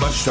baixo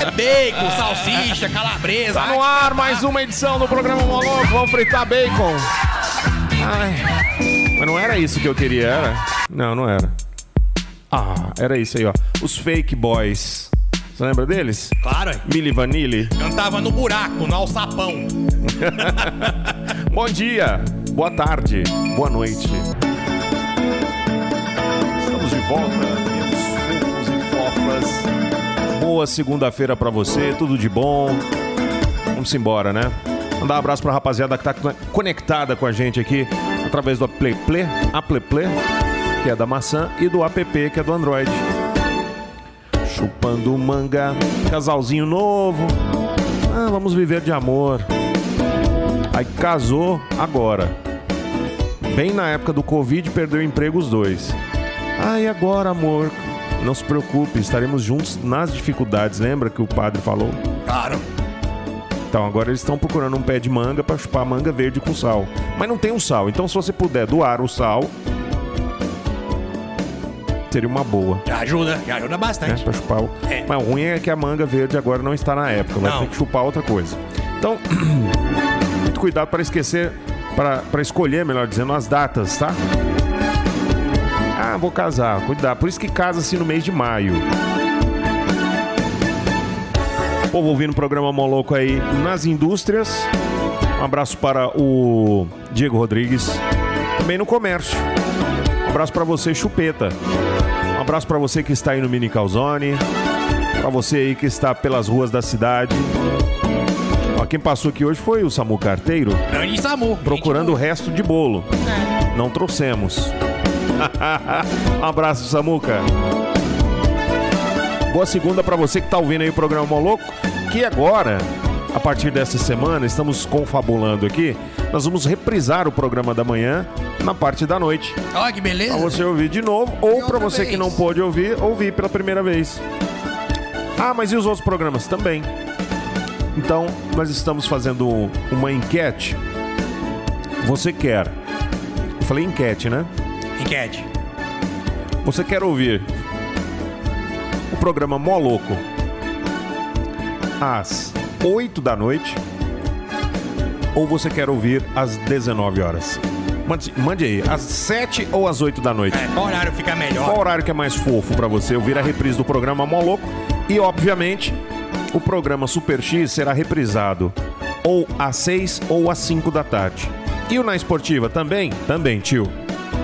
É bacon, salsicha, calabresa. tá no vai ar fritar. mais uma edição do programa Moloco. Vamos fritar bacon. Ai, mas não era isso que eu queria, era? Não, não era. Ah, era isso aí, ó. Os fake boys. Você lembra deles? Claro, hein? Milli Vanilli. Cantava no buraco, no alçapão. Bom dia, boa tarde, boa noite. Estamos de volta, meus fofos e fofas. Boa segunda-feira pra você, tudo de bom. Vamos embora, né? Mandar um abraço pra rapaziada que tá conectada com a gente aqui através do Apleple, Apleple, que é da maçã, e do app, que é do Android. Chupando manga, casalzinho novo. Ah, vamos viver de amor. Aí casou agora. Bem na época do Covid, perdeu o emprego os dois. Ah, e agora, amor? Não se preocupe, estaremos juntos nas dificuldades. Lembra que o padre falou? Claro. Então, agora eles estão procurando um pé de manga para chupar manga verde com um sal. Mas não tem o sal, então se você puder doar o sal, Seria uma boa. Já ajuda, já ajuda né? bastante. Pra chupar o... É. Mas o ruim é que a manga verde agora não está na época. Então Vai Não. ter que chupar outra coisa. Então, muito cuidado para esquecer... Para para escolher, melhor dizendo, as datas, tá? Ah, vou casar. Cuidado. Por isso que casa-se no mês de maio. Povo ouvindo o programa Moloco aí nas indústrias. Um abraço para o Diego Rodrigues. Também no comércio. Um abraço para você, Chupeta. Um abraço para você que está aí no Mini Calzone. Para você aí que está pelas ruas da cidade. Ó, quem passou aqui hoje foi o Samu Carteiro, Grande Samu. É. procurando o Gente, resto de bolo. Não trouxemos. um abraço, Samuca. Boa segunda pra você que tá ouvindo aí o programa Moloco, que agora, a partir dessa semana, estamos confabulando aqui. Nós vamos reprisar o programa da manhã na parte da noite. Olha que beleza. Pra você ouvir de novo, ou pra outra você que vez. não pôde ouvir, ouvir pela primeira vez. Ah, mas e os outros programas? Também. Então, nós estamos fazendo uma enquete. Você quer. Eu falei enquete, né? Enquete. Você quer ouvir o programa Mó Louco às 8 da noite ou você quer ouvir às 19 horas? Mande, mande aí, às 7 ou às 8 da noite. É, qual horário fica melhor? Qual horário que é mais fofo pra você ouvir a reprise do programa Mó Louco? E, obviamente, o programa Super X será reprisado ou às 6 ou às 5 da tarde. E o Na Esportiva também? Também, tio.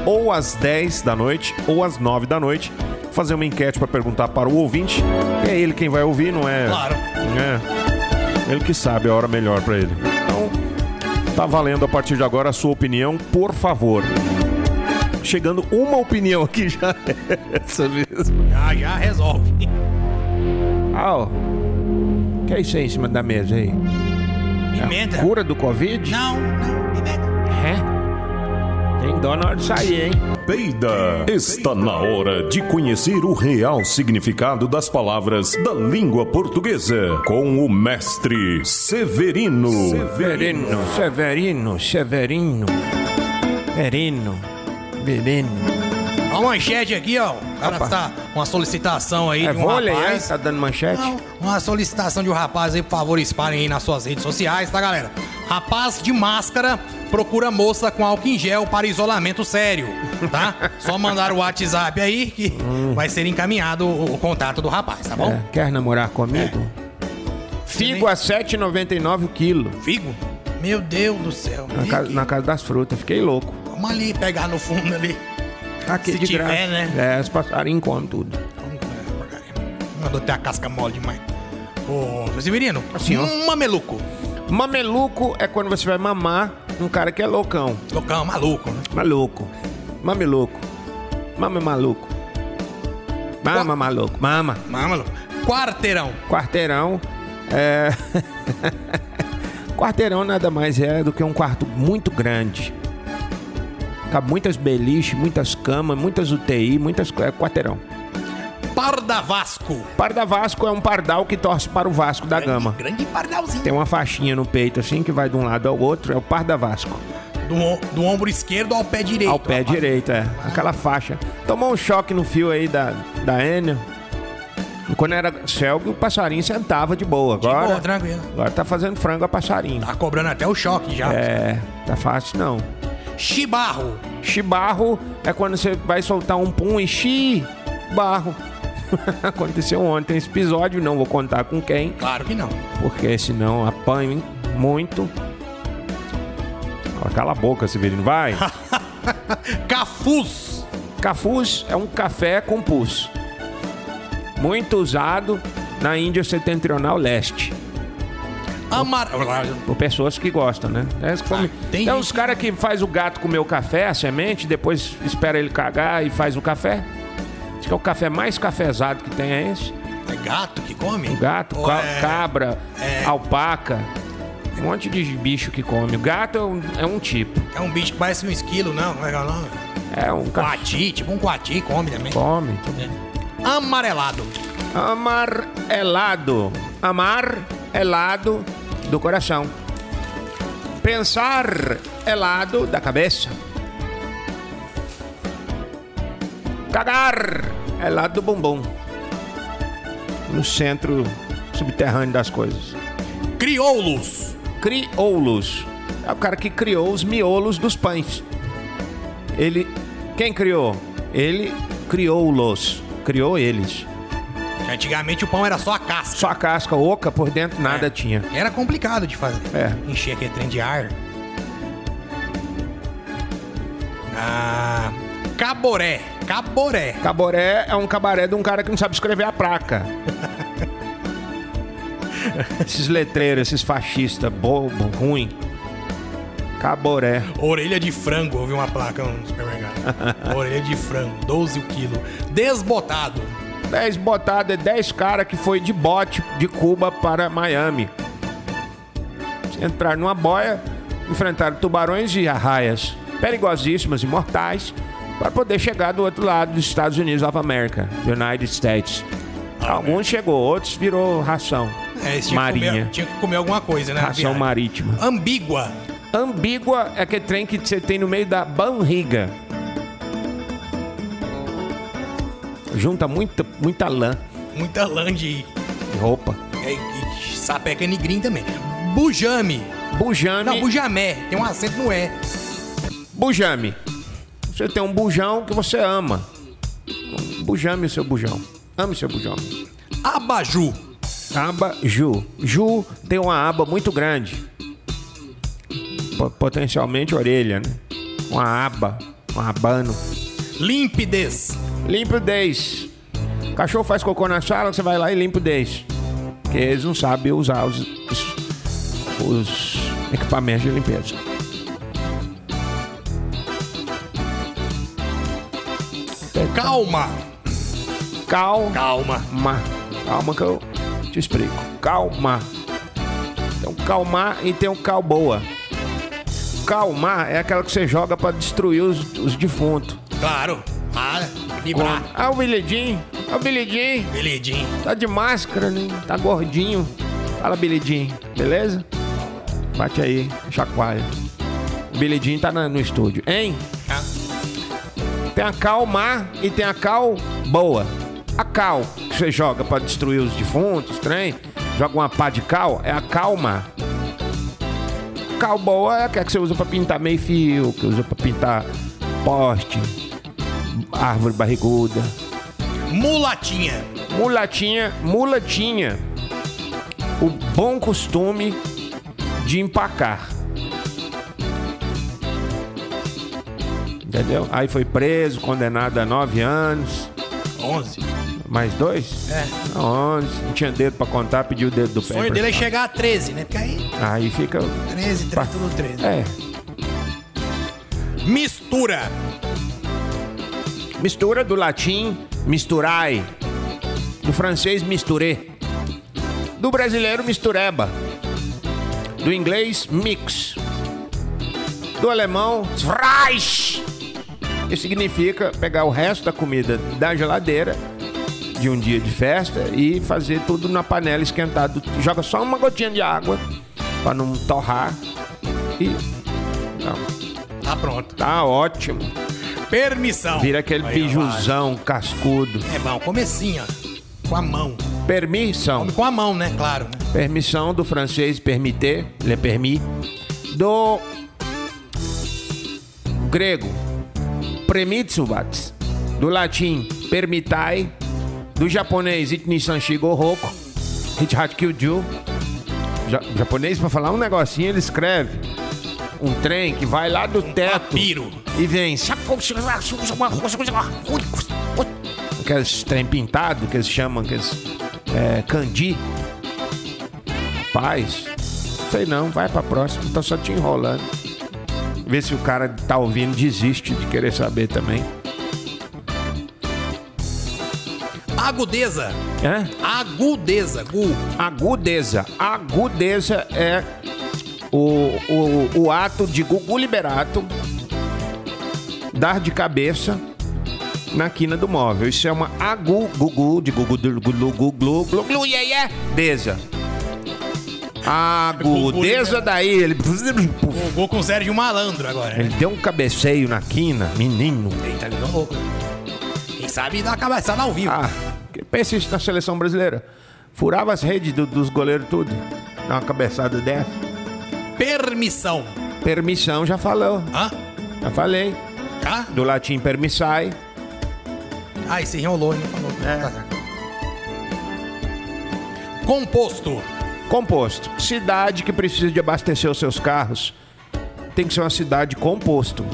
Ou às 10 da noite ou às 9 da noite. Fazer uma enquete pra perguntar para o ouvinte. E é ele quem vai ouvir, não é? Claro. É. Ele que sabe a hora melhor pra ele. Então, tá valendo a partir de agora a sua opinião, por favor. Chegando uma opinião aqui já essa mesmo. Já, já resolve. Ah, ó. Que é isso aí em cima da mesa aí? Pimenta. É. Cura do Covid? Não, não, pimenta. É. Tem dó na hora de sair, hein? Peida. Está na hora de conhecer o real significado das palavras da língua portuguesa com o mestre Severino. Severino, Severino, Severino. Verino, Verino. Uma manchete aqui, ó. O cara Opa. tá uma solicitação aí É de um vôlei, é? rapaz. Tá dando manchete? Não, uma solicitação de um rapaz aí, por favor, espalhem aí nas suas redes sociais, tá, galera? Rapaz de máscara procura moça com álcool em gel para isolamento sério, tá? Só mandar o WhatsApp aí que vai ser encaminhado o, o contato do rapaz, tá bom? Hum. É. É, quer namorar comigo? Figo é- a 7,99 o quilo. Figo? Meu Deus do céu. Na vem casa, aqui. na casa das frutas, fiquei louco. Vamos ali pegar no fundo ali. Tá Aqui Se de tiver, graça. né? É, os passarinhos comem tudo. Mandou ter a casca mole demais. Ô, Severino, Assim, ó. um mameluco. Mameluco é quando você vai mamar um cara que é loucão. Loucão, maluco, né? Maluco. Mameluco. Mame maluco. Mama maluco. Mama. Mameluco. Quarteirão. Quarteirão é. Quarteirão nada mais é do que um quarto muito grande. Cabe muitas beliches, muitas camas, muitas UTI, muitas. co- É quarteirão. Pardavasco. Pardavasco é um pardal que torce para o Vasco da Gama. Grande pardalzinho. Tem uma faixinha no peito assim que vai de um lado ao outro, é o pardavasco. Do, om- do ombro esquerdo ao pé direito. um Ao pé rapaz. direito, é. Aquela faixa. Tomou um choque no fio aí da, da Enel. Quando era Selg, o passarinho sentava de boa. Agora, boa, tranquilo. agora tá fazendo frango a passarinho. Tá cobrando até o choque já. É, tá fácil não. Chibarro. Chibarro é quando você vai soltar um pum e chi barro. Aconteceu ontem esse episódio, não vou contar com quem, Claro que não. porque senão apanho hein, muito. Ó, Cala a boca, Severino, vai. Cafuz. Cafuz é um café com pus. Muito usado na Índia Setentrional Leste. Amar... Por pessoas que gostam, né? É, come... Ah, tem Então gente os caras que faz o gato comer o café, a semente, depois espera ele cagar e faz o café. Diz que é o café mais cafezado que tem é esse. É gato que come? O Um gato, Ou ca- é- cabra, é. alpaca. Um monte de bicho que come. O gato é um, é um tipo. É um bicho que parece um esquilo, não. Como é que é o nome? É um café. Coati, tipo um coati, come também. Come. Amarelado. Amar helado. Amar helado do coração. Pensar é helado da cabeça. Cagar É lá do bombom. No centro subterrâneo das coisas. Crioulos. Crioulos. É o cara que criou os miolos dos pães. Ele. Quem criou? Ele criou-los. Criou eles. Que antigamente o pão era só a casca. Só a casca oca por dentro nada tinha. Era complicado de fazer. É. Encher aquele trem de ar. Ah, caboré. Caboré. Caboré é um cabaré de um cara que não sabe escrever a placa. esses letreiros, esses fascistas, bobo, ruim. Caboré. Orelha de frango, eu vi uma placa no supermercado. Orelha de frango, 12 o quilo. Desbotado. 10 botada, 10 cara que foi de bote de Cuba para Miami. Entraram numa boia, enfrentaram tubarões e arraias perigosíssimas e mortais para poder chegar do outro lado dos Estados Unidos of America, United States. Alguns chegou, outros virou ração É, eles tinham que comer- marinha, Ah, tinha que comer alguma coisa, né? na ração viagem. marítima. Ambígua. Ambígua é aquele trem que você tem no meio da barriga. Junta muita, muita lã Muita lã de... e roupa. é, e sapeca negrinho também. Bujame. Bujame. Não, bujamé. Tem um acento no E. Bujame. Você tem um bujão que você ama. Bujame o seu bujão. Ame seu bujão. Abaju. Aba Ju. Ju tem uma aba muito grande. Po- Potencialmente orelha, né? Uma aba, um abano. Límpidez. Limpidez. O cachorro faz cocô na sala, você vai lá e limpa o dente. Porque eles não sabem usar os, os- os equipamentos de limpeza. Calma. Calma. Calma. Calma, calma que eu te explico. Calma. Então, calmar e tem um cal boa. Calmar é aquela que você joga pra destruir os, os defuntos. Claro. Ah, vibrar. Ah, o Billy Jean, ah, o Billy Jean, Belidinho. tá de máscara, né? Tá gordinho. Fala, Billy Jean, beleza? Bate aí, chacoalha. O Billy Jean tá na- no estúdio, hein? Ah, Tem a cal má e tem a cal boa. A cal que você joga pra destruir os defuntos, trem, joga uma pá de cal, é a calma. Cal boa é aquela que você usa pra pintar meio fio, que usa pra pintar poste, árvore barriguda. Mulatinha. Mulatinha, mulatinha. O bom costume de empacar. Entendeu? Aí foi preso, condenado a nove anos. 11. Mais dois? É. Não, Onze. Não tinha dedo pra contar, pediu o dedo do O pé. sonho dele é emprestado. chegar a 13, né? Porque aí, Aí fica. 13, 13, tudo 13. É. Mistura. Mistura do latim, misturai. Do francês, misturé. Do brasileiro, mistureba. Do inglês, mix. Do alemão, Reich. Que significa pegar o resto da comida da geladeira de um dia de festa e fazer tudo na panela esquentado. Joga só uma gotinha de água para não torrar. E não, Tá pronto. tá ótimo. Permissão. Vira aquele Aí, ó, bijuzão cascudo. vai. É bom, comecinho, ó. Com a mão. Permissão. Come com a mão, né? Claro, né? Permissão do francês permitir, le permis. Do grego, premitsubat. Do latim, permitai. Do japonês, itnisanshigo roku. Hitchhakyuju. Ja japonês, pra falar um negocinho, ele escreve. Um trem que vai lá do teto papiro. e vem. Aqueles é trem pintado que eles chamam, aqueles é, candi. Paz. Sei não, vai pra próxima, tá só te enrolando. Vê se o cara tá ouvindo, desiste de querer saber também. Agudeza. Hã? Agudeza. Gu. É? Agudeza. Agudeza é o, o, o ato de Gugu Liberato dar de cabeça na quina do móvel. Isso é uma agu, gugu, de gugu, glu, glu, glu, glu, glu, glu, iê, iê, deza. Agudeza daí, ele... O Gu com zero de um malandro agora, né? Ele deu um cabeceio na quina, menino. Eita, ele é um louco. Quem sabe dar uma cabeçada ao vivo. Ah, que persiste na seleção brasileira. Furava as redes do- dos goleiros tudo. Dá uma cabeçada dessa. Ah. Permissão. Permissão já falou. Hã? Já falei. Tá? Do latim permissai. Ah, esse enrolou, hein? Falou. Tá certo. Composto. Composto. Cidade que precisa de abastecer os seus carros tem que ser uma cidade composto.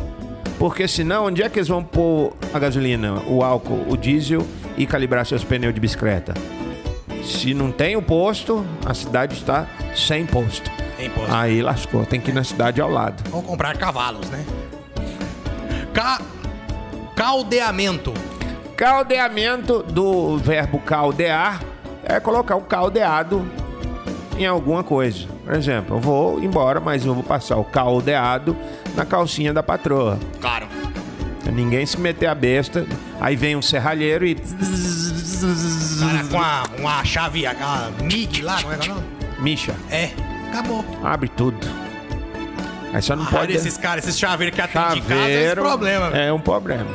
Porque senão, onde é que eles vão pôr a gasolina, o álcool, o diesel e calibrar seus pneus de bicicleta? Se não tem o posto, a cidade está sem posto. Tem posto. Aí lascou, tem que ir na cidade ao lado. Vão Ah, comprar cavalos, né? Ca... Caldeamento. Caldeamento do verbo caldear é colocar o caldeado em alguma coisa. Por exemplo, eu vou embora, mas eu vou passar o caldeado na calcinha da patroa. Claro. Ninguém se meter a besta. Aí vem um serralheiro e. Cara, com a, uma chave, aquela MIG lá, não é que é o nome? Micha, É. Acabou. abre tudo. Aí só não Pode pode. Ah, esses caras, esses chaveiros que atendem de casa, é esse Chaveiro problema. velho. é um problema.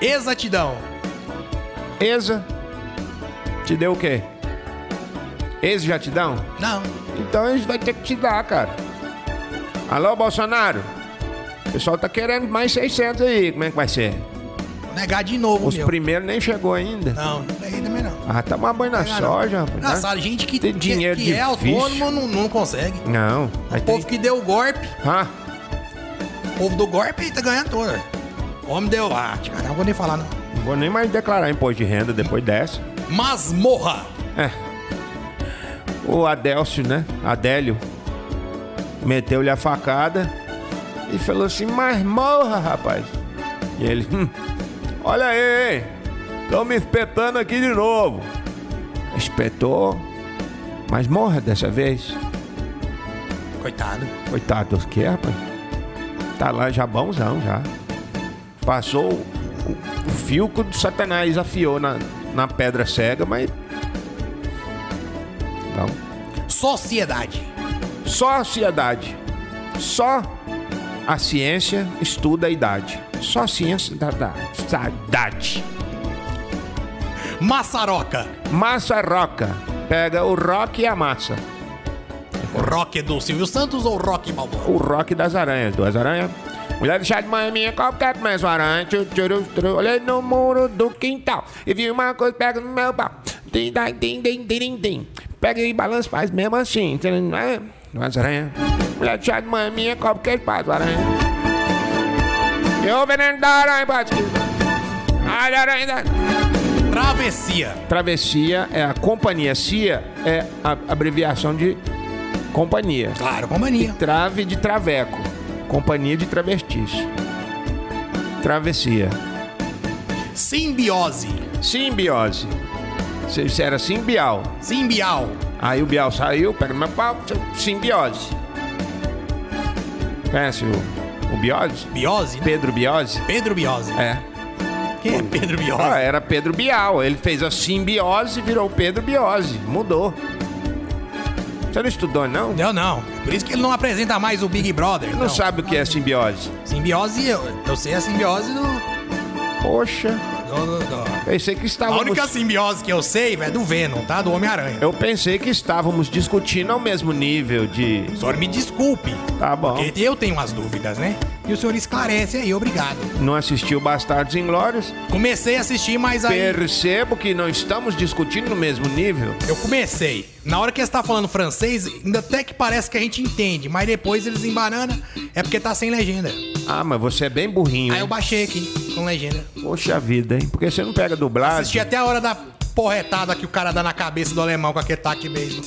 É. Exatidão. Exa, te deu o quê? Ex já te dão? Não. Então eles vão ter que te dar, cara. Alô, Bolsonaro? O pessoal tá querendo mais 600 aí. Como é que vai ser? Negar de novo, Os meu. primeiros nem chegou ainda. Não, não peguei também não. Ah, tá uma banho na Pegar, soja, não. rapaz. né? Engraçado, gente que, Tem que- dinheiro que é difícil. autônomo não, não consegue. Não. Aí O tem... povo que deu o golpe, Ah, o povo do golpe tá ganhando toda. O homem deu. Ah, cara, não vou nem falar, não. não vou nem mais declarar imposto de renda depois dessa. Masmorra. É. O Adélcio, né? Adélio. Meteu-lhe a facada e falou assim, mas morra, rapaz. E ele, hum, olha aí, hein? Estão me espetando aqui de novo. Espetou, mas morra dessa vez. Coitado. Coitado do que, rapaz? Tá lá já bonzão já. Passou o, o fio que o Satanás afiou na, na pedra cega, mas. Então, Sociedade. só a sociedade. Só a ciência estuda a idade. Só a ciência da, da, da idade. Massaroca. Massa roca. Pega o rock e a massa. Rock do Silvio Santos ou Rock Balboa? o rock das aranhas. Duas aranhas. Mulher de chá de manhã minha, qual que é mais uma aranha? Tchu, tchuru, tchuru. Olhei no muro do quintal e vi uma coisa pega no meu pau. Din, dai, din, din, din, din, din. Pega e balança, faz mesmo assim. Tchuru, né? Duas aranhas. Mulher de chá de manhã minha, qual que é mais uma aranha? E o veneno da aranha, bate. Ai, aranha da... Travessia. Travessia é a companhia. Cia é a abreviação de companhia. Claro, companhia. Trave de Traveco, Companhia de Travestis. Travessia. Simbiose. Simbiose. Se se era simbial. Simbial. Aí o Bial saiu, pega no meu pau, simbiose. Conhece o, o Biose? Biose? né? Pedro Biose? Pedro Biose. É. Quem é Pedro Biose? Ah, era Pedro Bial. Ele fez a simbiose e virou Pedro Biose. Mudou. Você não estudou, não? Não, não. Por isso que ele não apresenta mais o Big Brother. Não sabe o que é simbiose. Simbiose, eu, eu sei a simbiose do. Poxa, do- do- do- pensei que A estávamos... única simbiose que eu sei, velho, é do Venom, tá? Do Homem-Aranha. Eu pensei que estávamos discutindo ao mesmo nível de. O senhor me desculpe. Tá bom. Porque eu tenho umas dúvidas, né? E o senhor esclarece aí, obrigado. Não assistiu Bastardos Inglórios. Comecei a assistir, mas aí. Percebo que não estamos discutindo no mesmo nível. Eu comecei. Na hora que eles tá falando francês, ainda até que parece que a gente entende, mas depois eles embananam, é porque tá sem legenda. Ah, mas você é bem burrinho. Aí eu hein? baixei aqui, com legenda. Poxa vida, hein? Porque você não pega dublado. Assisti até a hora da porretada que o cara dá na cabeça do alemão com aquele taque mesmo.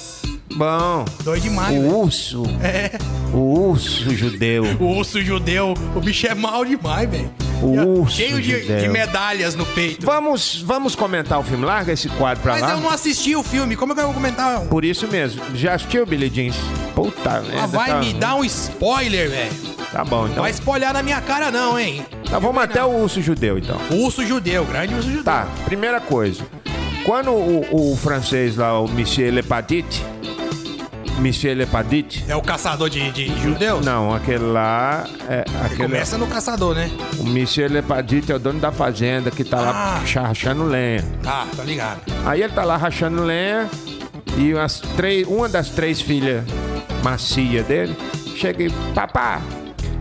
Bom. Doido demais, O velho. urso. É. O urso judeu. O urso judeu, o bicho é mal demais, velho. O E é urso Cheio de, judeu. de medalhas no peito. Vamos, vamos comentar o filme. Larga esse quadro pra Mas lá. eu não assisti o filme, como é que eu vou comentar? Por isso mesmo. Já assistiu Billy Jeans? Puta merda. Ah, vai tá... me dar um spoiler, velho. Tá bom, Não então. vai spoiler na minha cara, não, hein? Tá, vamos até o urso judeu, então. O urso judeu, grande urso judeu. Tá, primeira coisa. Quando o, o francês lá, o Monsieur Lepatite, Michele Padit? É o caçador de, de judeus? Não, aquele lá. É, Ele aquele, Começa no caçador, né? O Michele Padit é o dono da fazenda que tá lá Ah. chá- rachando lenha. Tá, tá ligado. Aí ele tá lá rachando lenha e umas três, uma das três filhas macia dele chega e papá,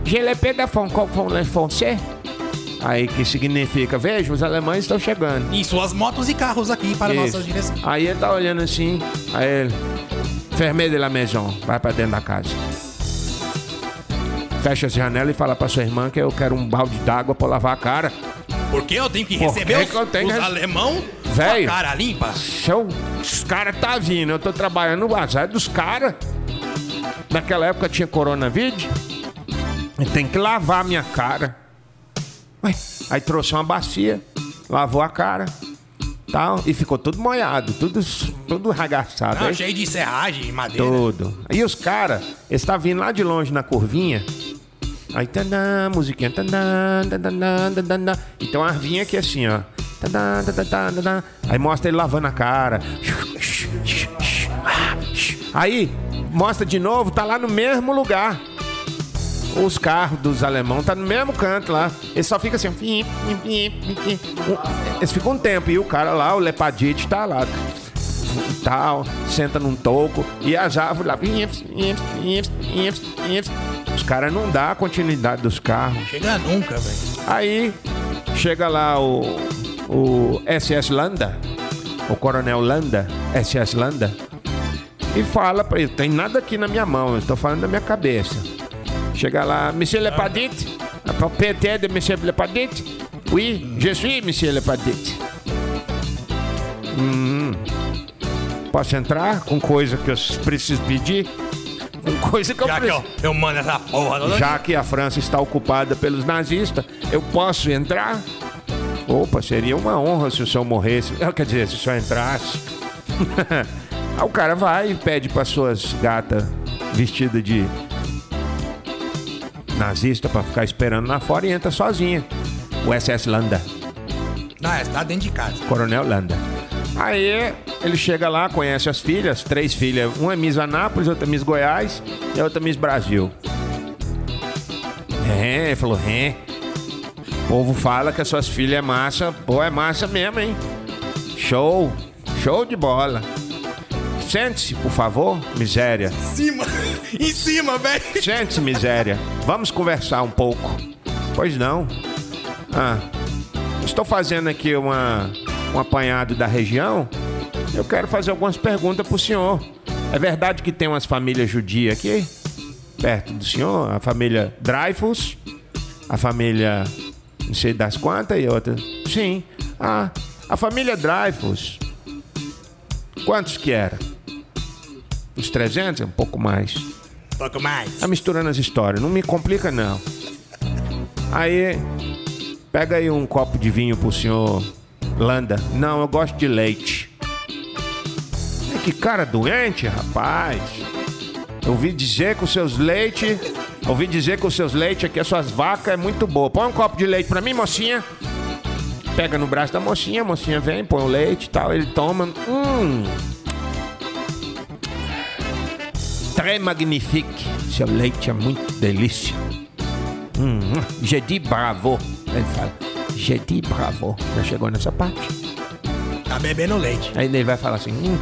gelepê da Fonse? é Aí que significa, veja, os alemães estão chegando. E suas motos e carros aqui para Isso. nossa direção. Aí ele tá olhando assim, aí ele. Fermei de la maison, vai pra dentro da casa. Fecha as janelas e fala pra sua irmã que eu quero um balde d'água pra lavar a cara. Porque eu tenho que Por receber que os, que eu tenho os que- alemão Velho. com a cara limpa? Seu, os caras tá vindo, eu tô trabalhando no bazar dos caras. Naquela época tinha coronavírus. E tem que lavar a minha cara. Ué, aí trouxe uma bacia, lavou a cara. Tal, e ficou tudo molhado, tudo, tudo ragaçado. Não, Aí- cheio de serragem, madeira. Tudo. E os caras, eles tá vindo lá de longe na curvinha. Aí tanã, musiquinha. Tanã, tanã, tanã, tanã. E tem uma arvinha aqui assim, ó. Tanã, tanã, tanã, tanã. Aí mostra ele lavando a cara. Aí mostra de novo, tá lá no mesmo lugar. Os carros dos alemão tá no mesmo canto lá. Eles só ficam assim. ó. Eles ficam um tempo. E o cara lá, o Lepadite, tá lá e tal, senta num toco e as árvores lá. Os caras não dá a continuidade dos carros. Chega nunca, velho. Aí chega lá o, o SS Landa, o Coronel Landa, SS Landa, e fala pra ele: tem nada aqui na minha mão, eu tô falando na minha cabeça. Chega lá, Monsieur Lepadit, a propriété de Monsieur Lepadit, oui, je suis Monsieur Lepadit. Posso entrar com coisa que eu preciso pedir? Com coisa que eu Já que preciso. eu, eu mando essa porra toda. Já que a França está ocupada pelos nazistas, eu posso entrar? Opa, seria uma honra se o senhor morresse. Ah, Quer dizer, se o senhor entrasse. Aí o cara vai e pede para suas gatas vestidas de nazista para ficar esperando lá fora e entra sozinha. O SS Landa. Não, é, tá dentro de casa. Coronel Landa. Aí ele chega lá, conhece as filhas, três filhas. Uma é Miss Anápolis, outra é Miss Goiás e a outra é Miss Brasil. É, ele falou, é. O povo fala que as suas filhas é massa. Pô, é massa mesmo, hein? Show. Show de bola. Sente-se, por favor, miséria. Em cima, em cima, velho. Sente-se, miséria. Vamos conversar um pouco. Pois não. Ah, estou fazendo aqui uma, um apanhado da região. Eu quero fazer algumas perguntas para o senhor. É verdade que tem umas famílias judias aqui? Perto do senhor? A família Dreyfus? A família não sei das quantas e outra? Sim. Ah, a família Dreyfus. Quantos que era? Uns 300? Um pouco mais. Um pouco mais. Tá misturando as histórias, não me complica não. Aí, pega aí um copo de vinho pro senhor Landa. Não, eu gosto de leite. É que cara doente, rapaz. Eu ouvi dizer que os seus leite, ouvi dizer que os seus leite aqui, as suas vacas é muito boa. Põe um copo de leite pra mim, mocinha. Pega no braço da mocinha, a mocinha vem, põe o leite e tal, ele toma. Hum. Très magnifique. Seu leite é muito delícia. Hum, je dis bravo. Ele fala, je dis bravo. Já chegou nessa parte. Tá bebendo leite. Aí ele vai falar assim, hum,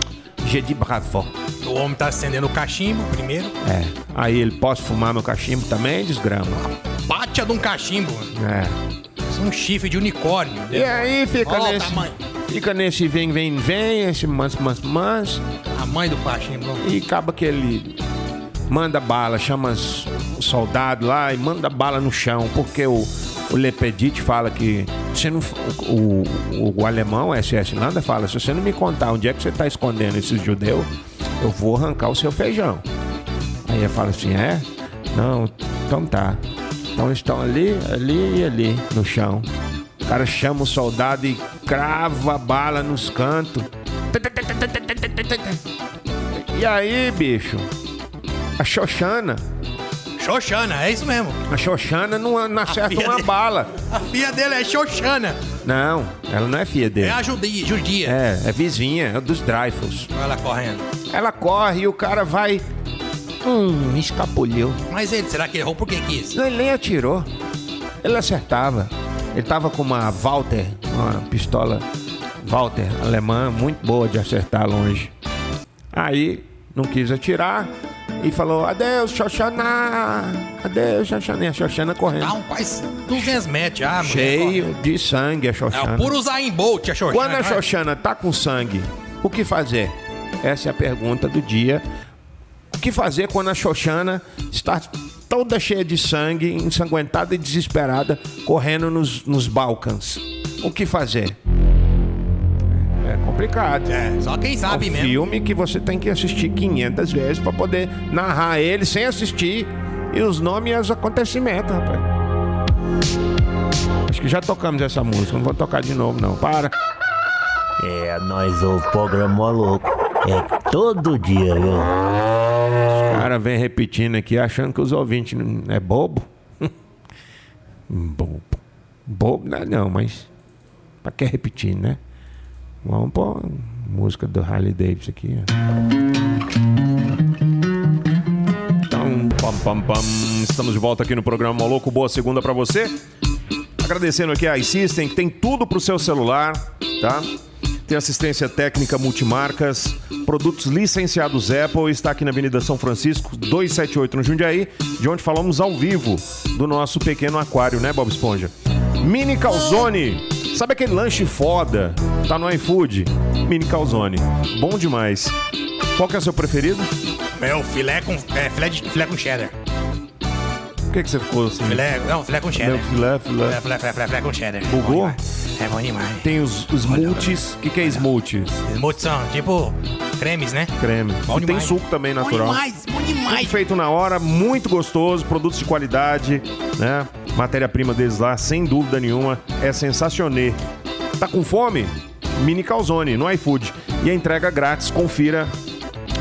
je dis bravo. O homem tá acendendo o cachimbo primeiro. É. Aí ele, posso fumar meu cachimbo também? Desgrama. Bate a de um cachimbo, mano. É. Isso é Um chifre de unicórnio. E aí fica Olha o nesse... tamanho. Fica nesse vem, vem, vem, esse mans, mans, mans. A mãe do cachimbo. E acaba que ele manda bala, chama os soldados lá e manda bala no chão, porque o, o Lepedite fala que. Você não, o, o, o alemão, o SS Landa, fala: se você não me contar onde é que você está escondendo esses judeus, eu vou arrancar o seu feijão. Aí ele fala assim: é? Não, então tá. Então eles estão ali, ali e ali no chão. O cara chama o soldado e crava a bala nos cantos. E aí, bicho? A Xoxana. Xoxana, é isso mesmo. A Xoxana não, não acerta filha uma dele. bala. A filha dele é Xoxana. Não, ela não é filha É dele. a judia. judia. É, é vizinha, é dos Dreyfus. Olha ela correndo. Ela corre e o cara vai Hum, escapulheu. Mas ele, será que errou? Por que quis? Ele nem atirou. Ele acertava. Ele tava com uma Walter, uma pistola Walter alemã, muito boa de acertar longe. Aí não quis atirar e falou: Adeus, Xoxana! Adeus, Xoxana. E a Xoxana correndo. Dá um quase 200 metros, ah, mulher, Cheio de sangue a corre. É Xoxana. o puro Zayn Bolt, a Xoxana. Quando a não é? Xoxana tá com sangue, o que fazer? Essa é a pergunta do dia. O que fazer quando a Xoxana está toda cheia de sangue, ensanguentada e desesperada, correndo nos, nos Balcãs? O que fazer? É complicado. É, só quem É um sabe mesmo. filme que você tem que assistir 500 vezes para poder narrar ele sem assistir e os nomes e os acontecimentos, rapaz. Acho que já tocamos essa música, não vou tocar de novo não. Para. É, nós o programa louco. É todo dia, viu? O cara vem repetindo aqui, achando que os ouvintes não- é bobo. bobo. Bobo não é não, mas. Pra que repetir, né? Vamos pôr música do Harley Davidson aqui, ó. Tam, pam, pam, pam. Estamos de volta aqui no programa Maluco. Boa segunda pra você. Agradecendo aqui a iSystem, que tem tudo pro seu celular, tá? Tem assistência técnica multimarcas, produtos licenciados Apple, está aqui na Avenida São Francisco, 278 no Jundiaí, de onde falamos ao vivo do nosso pequeno aquário, né, Bob Esponja? Mini Calzone. Sabe aquele lanche foda? Tá no iFood? Mini Calzone. Bom demais. Qual que é o seu preferido? É o filé com, é, filé, de, filé com cheddar. O que, que você ficou assim? Filé, né? não, filé com cheddar. É, Filé, filé, filé. Filé, filé, filé, filé, filé com cheddar. Bugou? Bom demais. É bom demais. Tem os, os multis. O que, que é smoothies? Emoção, tipo cremes, né? Creme. Bom E tem demais. suco também natural. Bom demais, bom demais. Feito na hora, muito gostoso, produtos de qualidade, né? Matéria-prima deles lá, sem dúvida nenhuma, é sensacionê. Tá com fome? Mini Calzone no iFood. E a entrega grátis, confira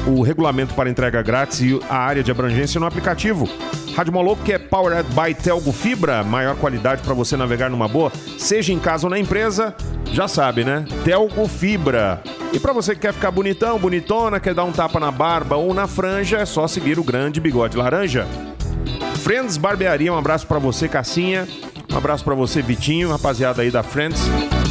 o regulamento para entrega grátis e a área de abrangência no aplicativo. Rádio Moloco que é powered by Telgo Fibra, maior qualidade para você navegar numa boa, seja em casa ou na empresa, já sabe, né? Telgo Fibra. E para você que quer ficar bonitão, bonitona, quer dar um tapa na barba ou na franja, é só seguir o grande bigode laranja. Friends Barbearia, um abraço pra você, Cassinha. Um abraço pra você, Vitinho, rapaziada aí da Friends,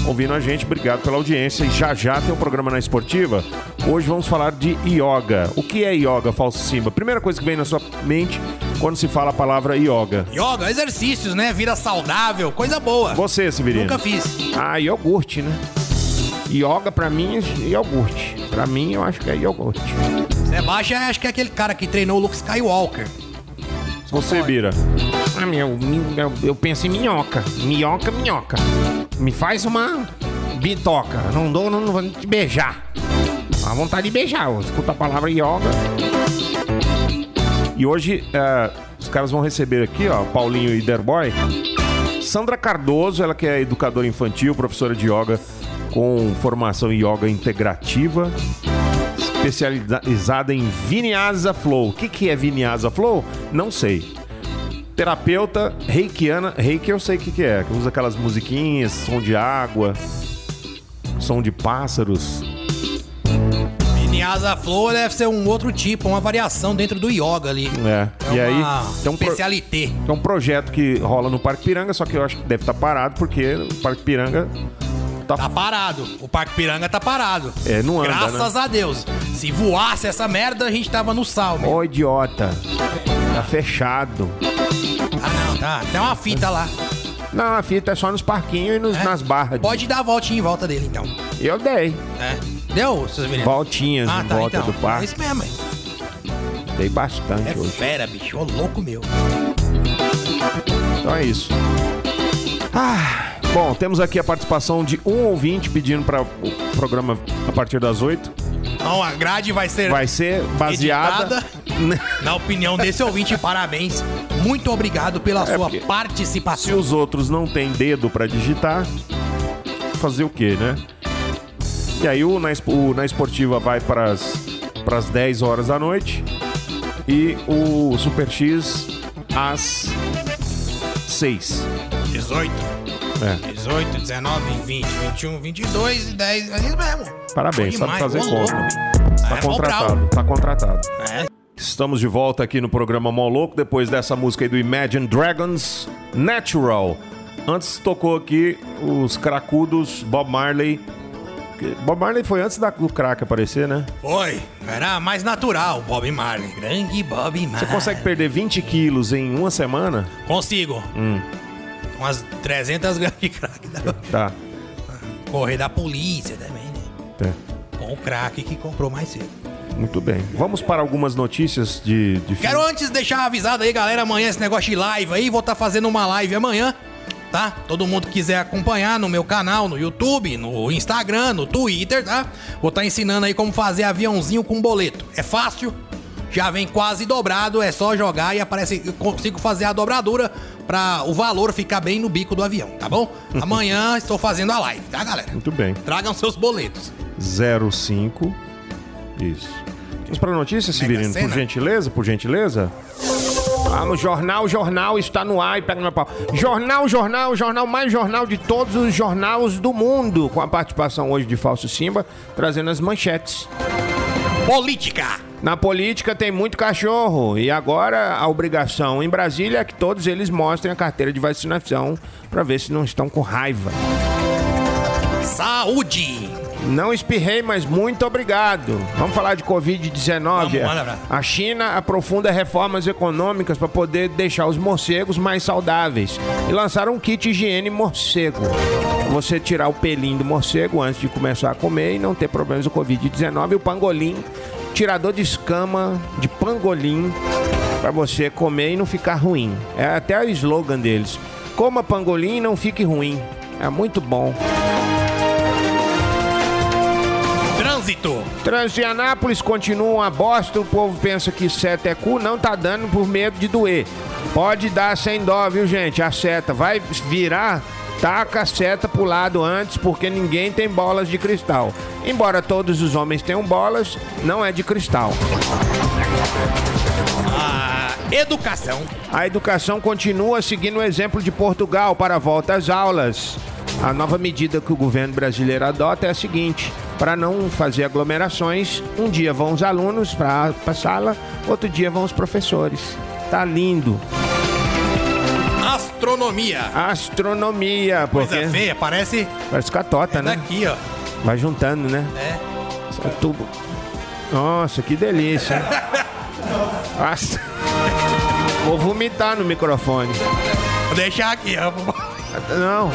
ouvindo a gente. Obrigado pela audiência. E já já tem um programa na Esportiva. Hoje vamos falar de yoga. O que é yoga, Falso Simba? Primeira coisa que vem na sua mente quando se fala a palavra yoga. Yoga, exercícios, né? Vida saudável, coisa boa. Você, Severino. Nunca fiz. Ah, iogurte, né? Yoga pra mim é iogurte. Pra mim eu acho que é iogurte. Sebastião, acho que é aquele cara que treinou o Luke Skywalker. Você, Bira. Ah, meu, mi- eu, eu penso em minhoca. Minhoca, minhoca. Me faz uma bitoca. Não dou, não, não vou te beijar. A vontade de beijar. Eu escuto a palavra yoga. E hoje é, os caras vão receber aqui, ó, Paulinho e Derboy. Sandra Cardoso, ela que é educadora infantil, professora de yoga com formação em yoga integrativa, especializada em Vinyasa Flow. O que, que é Vinyasa Flow? Não sei. Terapeuta reikiana, reiki eu sei o que, que é, que usa aquelas musiquinhas, som de água, som de pássaros. Vinyasa Flow deve ser um outro tipo, uma variação dentro do yoga ali. É. e aí, tem um pro- especialité. É um projeto que rola no Parque Piranga, só que eu acho que deve estar parado, porque o Parque Piranga tá, Tá parado. O Parque Piranga tá parado. É, não anda, Graças a Deus. Se voasse essa merda, a gente tava no salmo. Ô idiota, tá fechado. Ah, não, tá. Tem uma fita lá. Não, a fita é só nos parquinhos e nos- nas barras. É? Pode dar a voltinha em volta dele, então. Eu dei. É. Deu, seus meninos? Voltinhas Ah, em tá, volta então. do É parque. isso mesmo, hein? Dei bastante É hoje. fera, bicho. Ô, louco meu. Então é isso. Ah, bom, temos aqui a participação de um ouvinte pedindo para o programa a partir das 8. Então, a grade vai ser... Vai ser baseada. Editada. Na opinião desse ouvinte, parabéns. Muito obrigado pela sua porque- Se participação. os outros não têm dedo para digitar, fazer o quê, né? E aí o na, Espo- o Na esportiva vai para as 10 horas da noite e o Super X às 6. 18, É, 18, 19, 20, 21, 22 um, e 10. É isso mesmo. parabéns, Bom sabe demais, fazer ô, conta. louco. Tá É, mó brau. contratado, tá contratado. É. Estamos de volta aqui no programa Moloco, depois dessa música aí do Imagine Dragons, Natural. Antes tocou aqui os cracudos Bob Marley. Que- Bob Marley foi antes da- do crack aparecer, né? Foi. Era mais natural, Bob Marley. Grande Bob Marley. Você consegue perder 20 quilos em uma semana? Consigo. Hum. Umas 300 gramas de crack. Né? Tá. Correr da polícia também, né? É. Com o crack que comprou mais cedo. Muito bem. Vamos para algumas notícias de, de Quero antes deixar avisado aí, galera, amanhã esse negócio de live aí, vou estar fazendo uma live amanhã, tá? Todo mundo que quiser acompanhar no meu canal, no YouTube, no Instagram, no Twitter, tá? Vou estar ensinando aí como fazer aviãozinho com boleto. É fácil, já vem quase dobrado, é só jogar e aparece, eu consigo fazer a dobradura pra o valor ficar bem no bico do avião, tá bom? Amanhã estou fazendo a live, tá, galera? Muito bem. Tragam seus boletos. 05. Isso. Vamos para a notícia, Severino, por Sena. gentileza, por gentileza. Vamos, jornal, jornau está no ar e pega no pau. Jornal, jornal, jornal, mais jornal de todos os jornais do mundo. Com a participação hoje de Falso Simba, trazendo as manchetes. Política! Na política tem muito cachorro e agora a obrigação em Brasília é que todos eles mostrem a carteira de vacinação para ver se não estão com raiva. Saúde! Não espirrei, mas muito obrigado. Vamos falar de Covid-19. Vamos, manda pra- A China aprofunda reformas econômicas para poder deixar os morcegos mais saudáveis e lançaram um kit higiene morcego. Você tirar o pelinho do morcego antes de começar a comer e não ter problemas do Covid-19. E o pangolim, tirador de escama de pangolim para você comer e não ficar ruim. É até o slogan deles. Coma pangolim e não fique ruim. É muito bom. Trânsito! Trânsito em Anápolis continua uma bosta, o povo pensa que seta é cu, não tá dando por medo de doer. Pode dar sem dó, viu gente? A seta vai virar, taca a seta pro lado antes, porque ninguém tem bolas de cristal. Embora todos os homens tenham bolas, não é de cristal. Ah, educação! A educação continua seguindo o exemplo de Portugal para a volta às aulas. A nova medida que o governo brasileiro adota é a seguinte: para não fazer aglomerações, um dia vão os alunos para a sala, outro dia vão os professores. Tá lindo. Astronomia! Astronomia, porque Coisa feia, parece parece catota, né? daqui, ó. Vai juntando, né? É. Só tubo. Nossa, que delícia. hein? Nossa. Vou vomitar no microfone. Vou deixar aqui, ó. Não.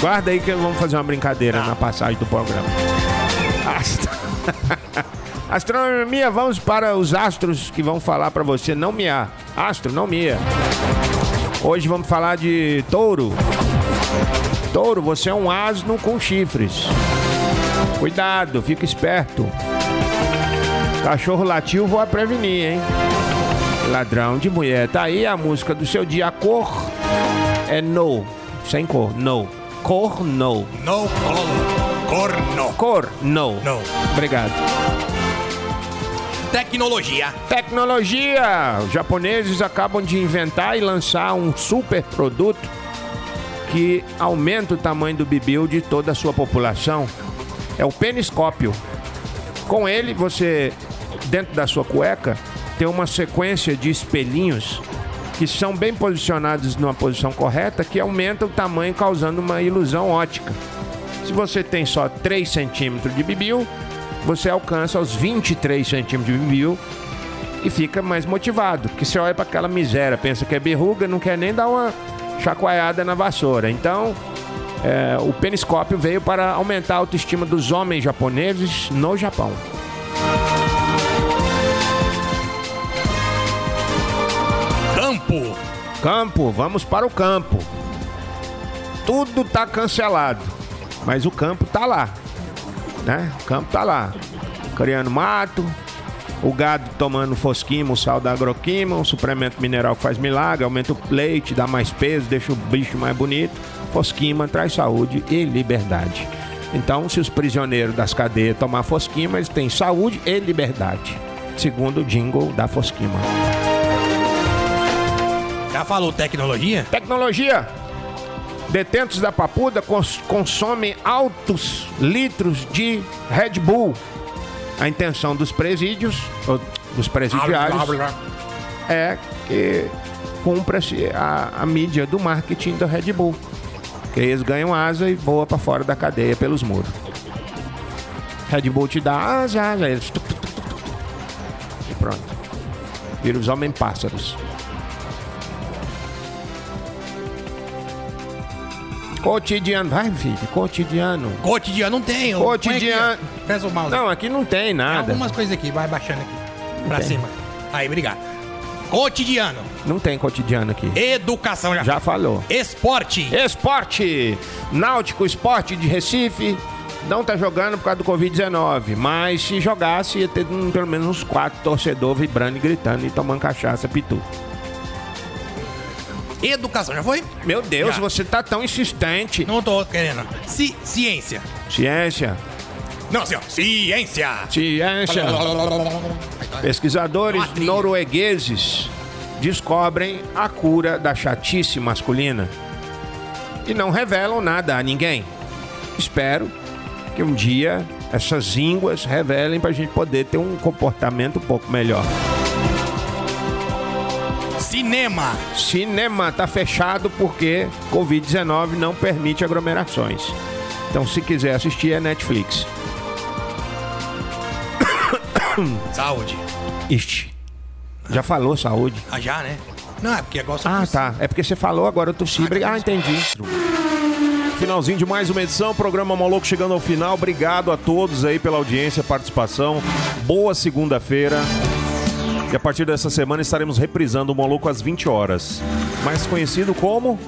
Guarda aí que vamos fazer uma brincadeira na passagem do programa. Ast- Astronomia, vamos para os astros que vão falar para você não miar. Astro, não mia. Hoje vamos falar de touro. Touro, você é um asno com chifres. Cuidado, fica esperto. Cachorro latiu, vou a prevenir, hein? Ladrão de mulher. Tá aí a música do seu dia, a cor é no, sem cor, no. Cor, no. No colo- corno. Cor, no. No. Obrigado. Tecnologia. Tecnologia! Os japoneses acabam de inventar e lançar um super produto que aumenta o tamanho do bibil de toda a sua população. É o peniscópio. Com ele, você, dentro da sua cueca, tem uma sequência de espelhinhos que são bem posicionados numa posição correta que aumenta o tamanho, causando uma ilusão ótica. Se você tem só 3 centímetros de bibil, você alcança os 23 centímetros de bibil e fica mais motivado. Porque você olha para aquela miséria, pensa que é berruga, não quer nem dar uma chacoalhada na vassoura. Então, é, o peniscópio veio para aumentar a autoestima dos homens japoneses no Japão. Campo. Campo, vamos para o campo. Tudo tá cancelado, mas o campo tá lá, né? O campo tá lá, criando mato, o gado tomando fosquima, o sal da agroquima, um suplemento mineral que faz milagre, aumenta o leite, dá mais peso, deixa o bicho mais bonito. Fosquima traz saúde e liberdade. Então, se os prisioneiros das cadeias tomar fosquima, eles têm saúde e liberdade. Segundo o jingle da fosquima. Já falou tecnologia? Tecnologia. Detentos da Papuda cons- consomem altos litros de Red Bull. A intenção dos presídios, ou dos presidiários é que cumpra-se a, a mídia do marketing da Red Bull. Que eles ganham asa e voam pra fora da cadeia pelos muros. Red Bull te dá asa, asa. Eles... tuc, tuc, tuc, tuc, tuc. E pronto. Vira os homem-pássaros. Cotidiano. Vai, filho. Cotidiano. Cotidiano não tem. eu- Cotidiano. Põe aqui, ó. é? Pesa o mouse. Não, aqui não tem Tem nada. algumas coisas aqui, vai baixando aqui. Pra cima. Aí, obrigado. Cotidiano. Não tem cotidiano aqui. Educação já. Já falou. Esporte. Esporte! Náutico Esporte de Recife não tá jogando por causa do Covid-19, mas se jogasse ia ter hum, pelo menos uns quatro torcedores vibrando e gritando e tomando cachaça pitu. É. Educação, já foi? Meu Deus, Já. você tá tão insistente. Não tô querendo. Ci- ciência. Ciência, Não, senhor. Ciência. ciência. Pesquisadores Uma trilha. noruegueses descobrem a cura da chatice masculina e não revelam nada a ninguém. Espero que um dia essas ínguas revelem para a gente poder ter um comportamento um pouco melhor. Cinema. Cinema tá fechado porque Covid-19 não permite aglomerações. Então, se quiser assistir, é Netflix. Saúde. Ixi, já falou saúde. Ah, já, né? Não, é porque agora só Ah, precisa- tá. É porque você falou, agora eu tossi. Bri- Ah, entendi. Finalzinho de mais uma edição, programa Maluco chegando ao final. Obrigado a todos aí pela audiência, participação. Boa segunda-feira. E a partir dessa semana estaremos reprisando o Maluco às 20 horas. Mais conhecido como?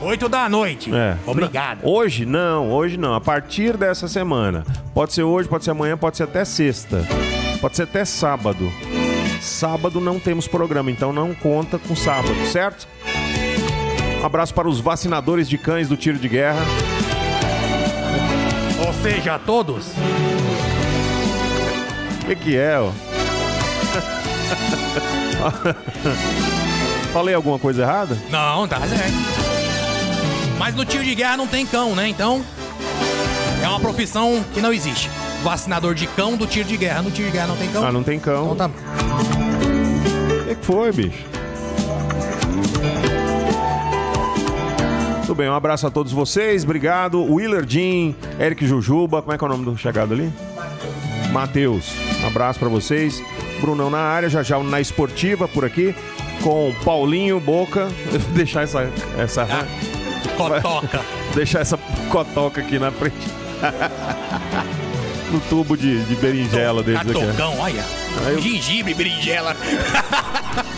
Oito da noite. tá. É. Obrigado. Hoje não, hoje não. A partir dessa semana. Pode ser hoje, pode ser amanhã, pode ser até sexta. Pode ser até sábado. Sábado não temos programa, então não conta com sábado, certo? Um Abraço para os vacinadores de cães do tiro de guerra. Ou seja, todos. O que, que é, ó? Falei alguma coisa errada? Não, tá certo. Mas no tiro de guerra não tem cão, né? Então. É uma profissão que não existe. Vacinador de cão do tiro de guerra. No tiro de guerra não tem cão. Ah, não tem cão. Então tá. O que que foi, bicho? Tudo bem, um abraço a todos vocês, obrigado. Willer Jean, Eric Jujuba, como é que é o nome do chegado ali? Matheus. Um abraço pra vocês. Brunão na área, já já o na esportiva por aqui, com Paulinho Boca. Eu vou deixar essa. essa Ah, Cotoca. deixar essa cotoca aqui na frente. no tubo de, de berinjela deles aqui. ó. Catocão, olha. Aí eu- Gengibre, berinjela.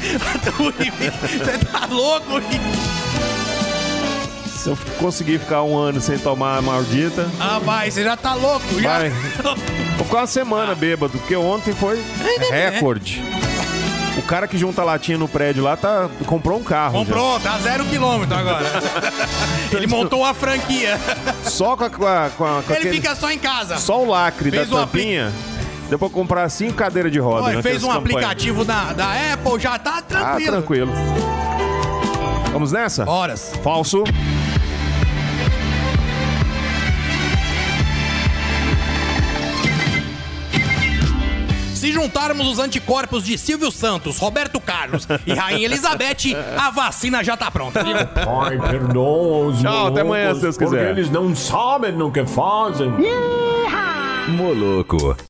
Tá Você tá louco? hein? Se eu conseguir ficar um ano sem tomar a maldita, Ah, vai, você já tá louco. Já. Vai. vou ficar uma Ah. semana bêbado, porque ontem foi É, né? recorde. O cara que junta latinha no prédio lá tá, comprou um carro. Comprou, tá zero quilômetro agora. Ele montou uma franquia. já. Só com, a, com, a- com a- com Ele aquele- fica só em casa. Só o lacre Fez um da apli- tampinha. Deu pra comprar cinco cadeiras de roda. Olha, fez naquelas um campanhas. aplicativo da, da Apple, já tá Ah, tranquilo. tranquilo. Vamos nessa? Horas. Falso. Se juntarmos os anticorpos de Silvio Santos, Roberto Carlos e Rainha Elizabeth, a vacina já tá pronta. viu? Ai, perdoam os Tchau, até amanhã, molocos, se Deus quiser. Porque eles não sabem o que fazem. Moloco.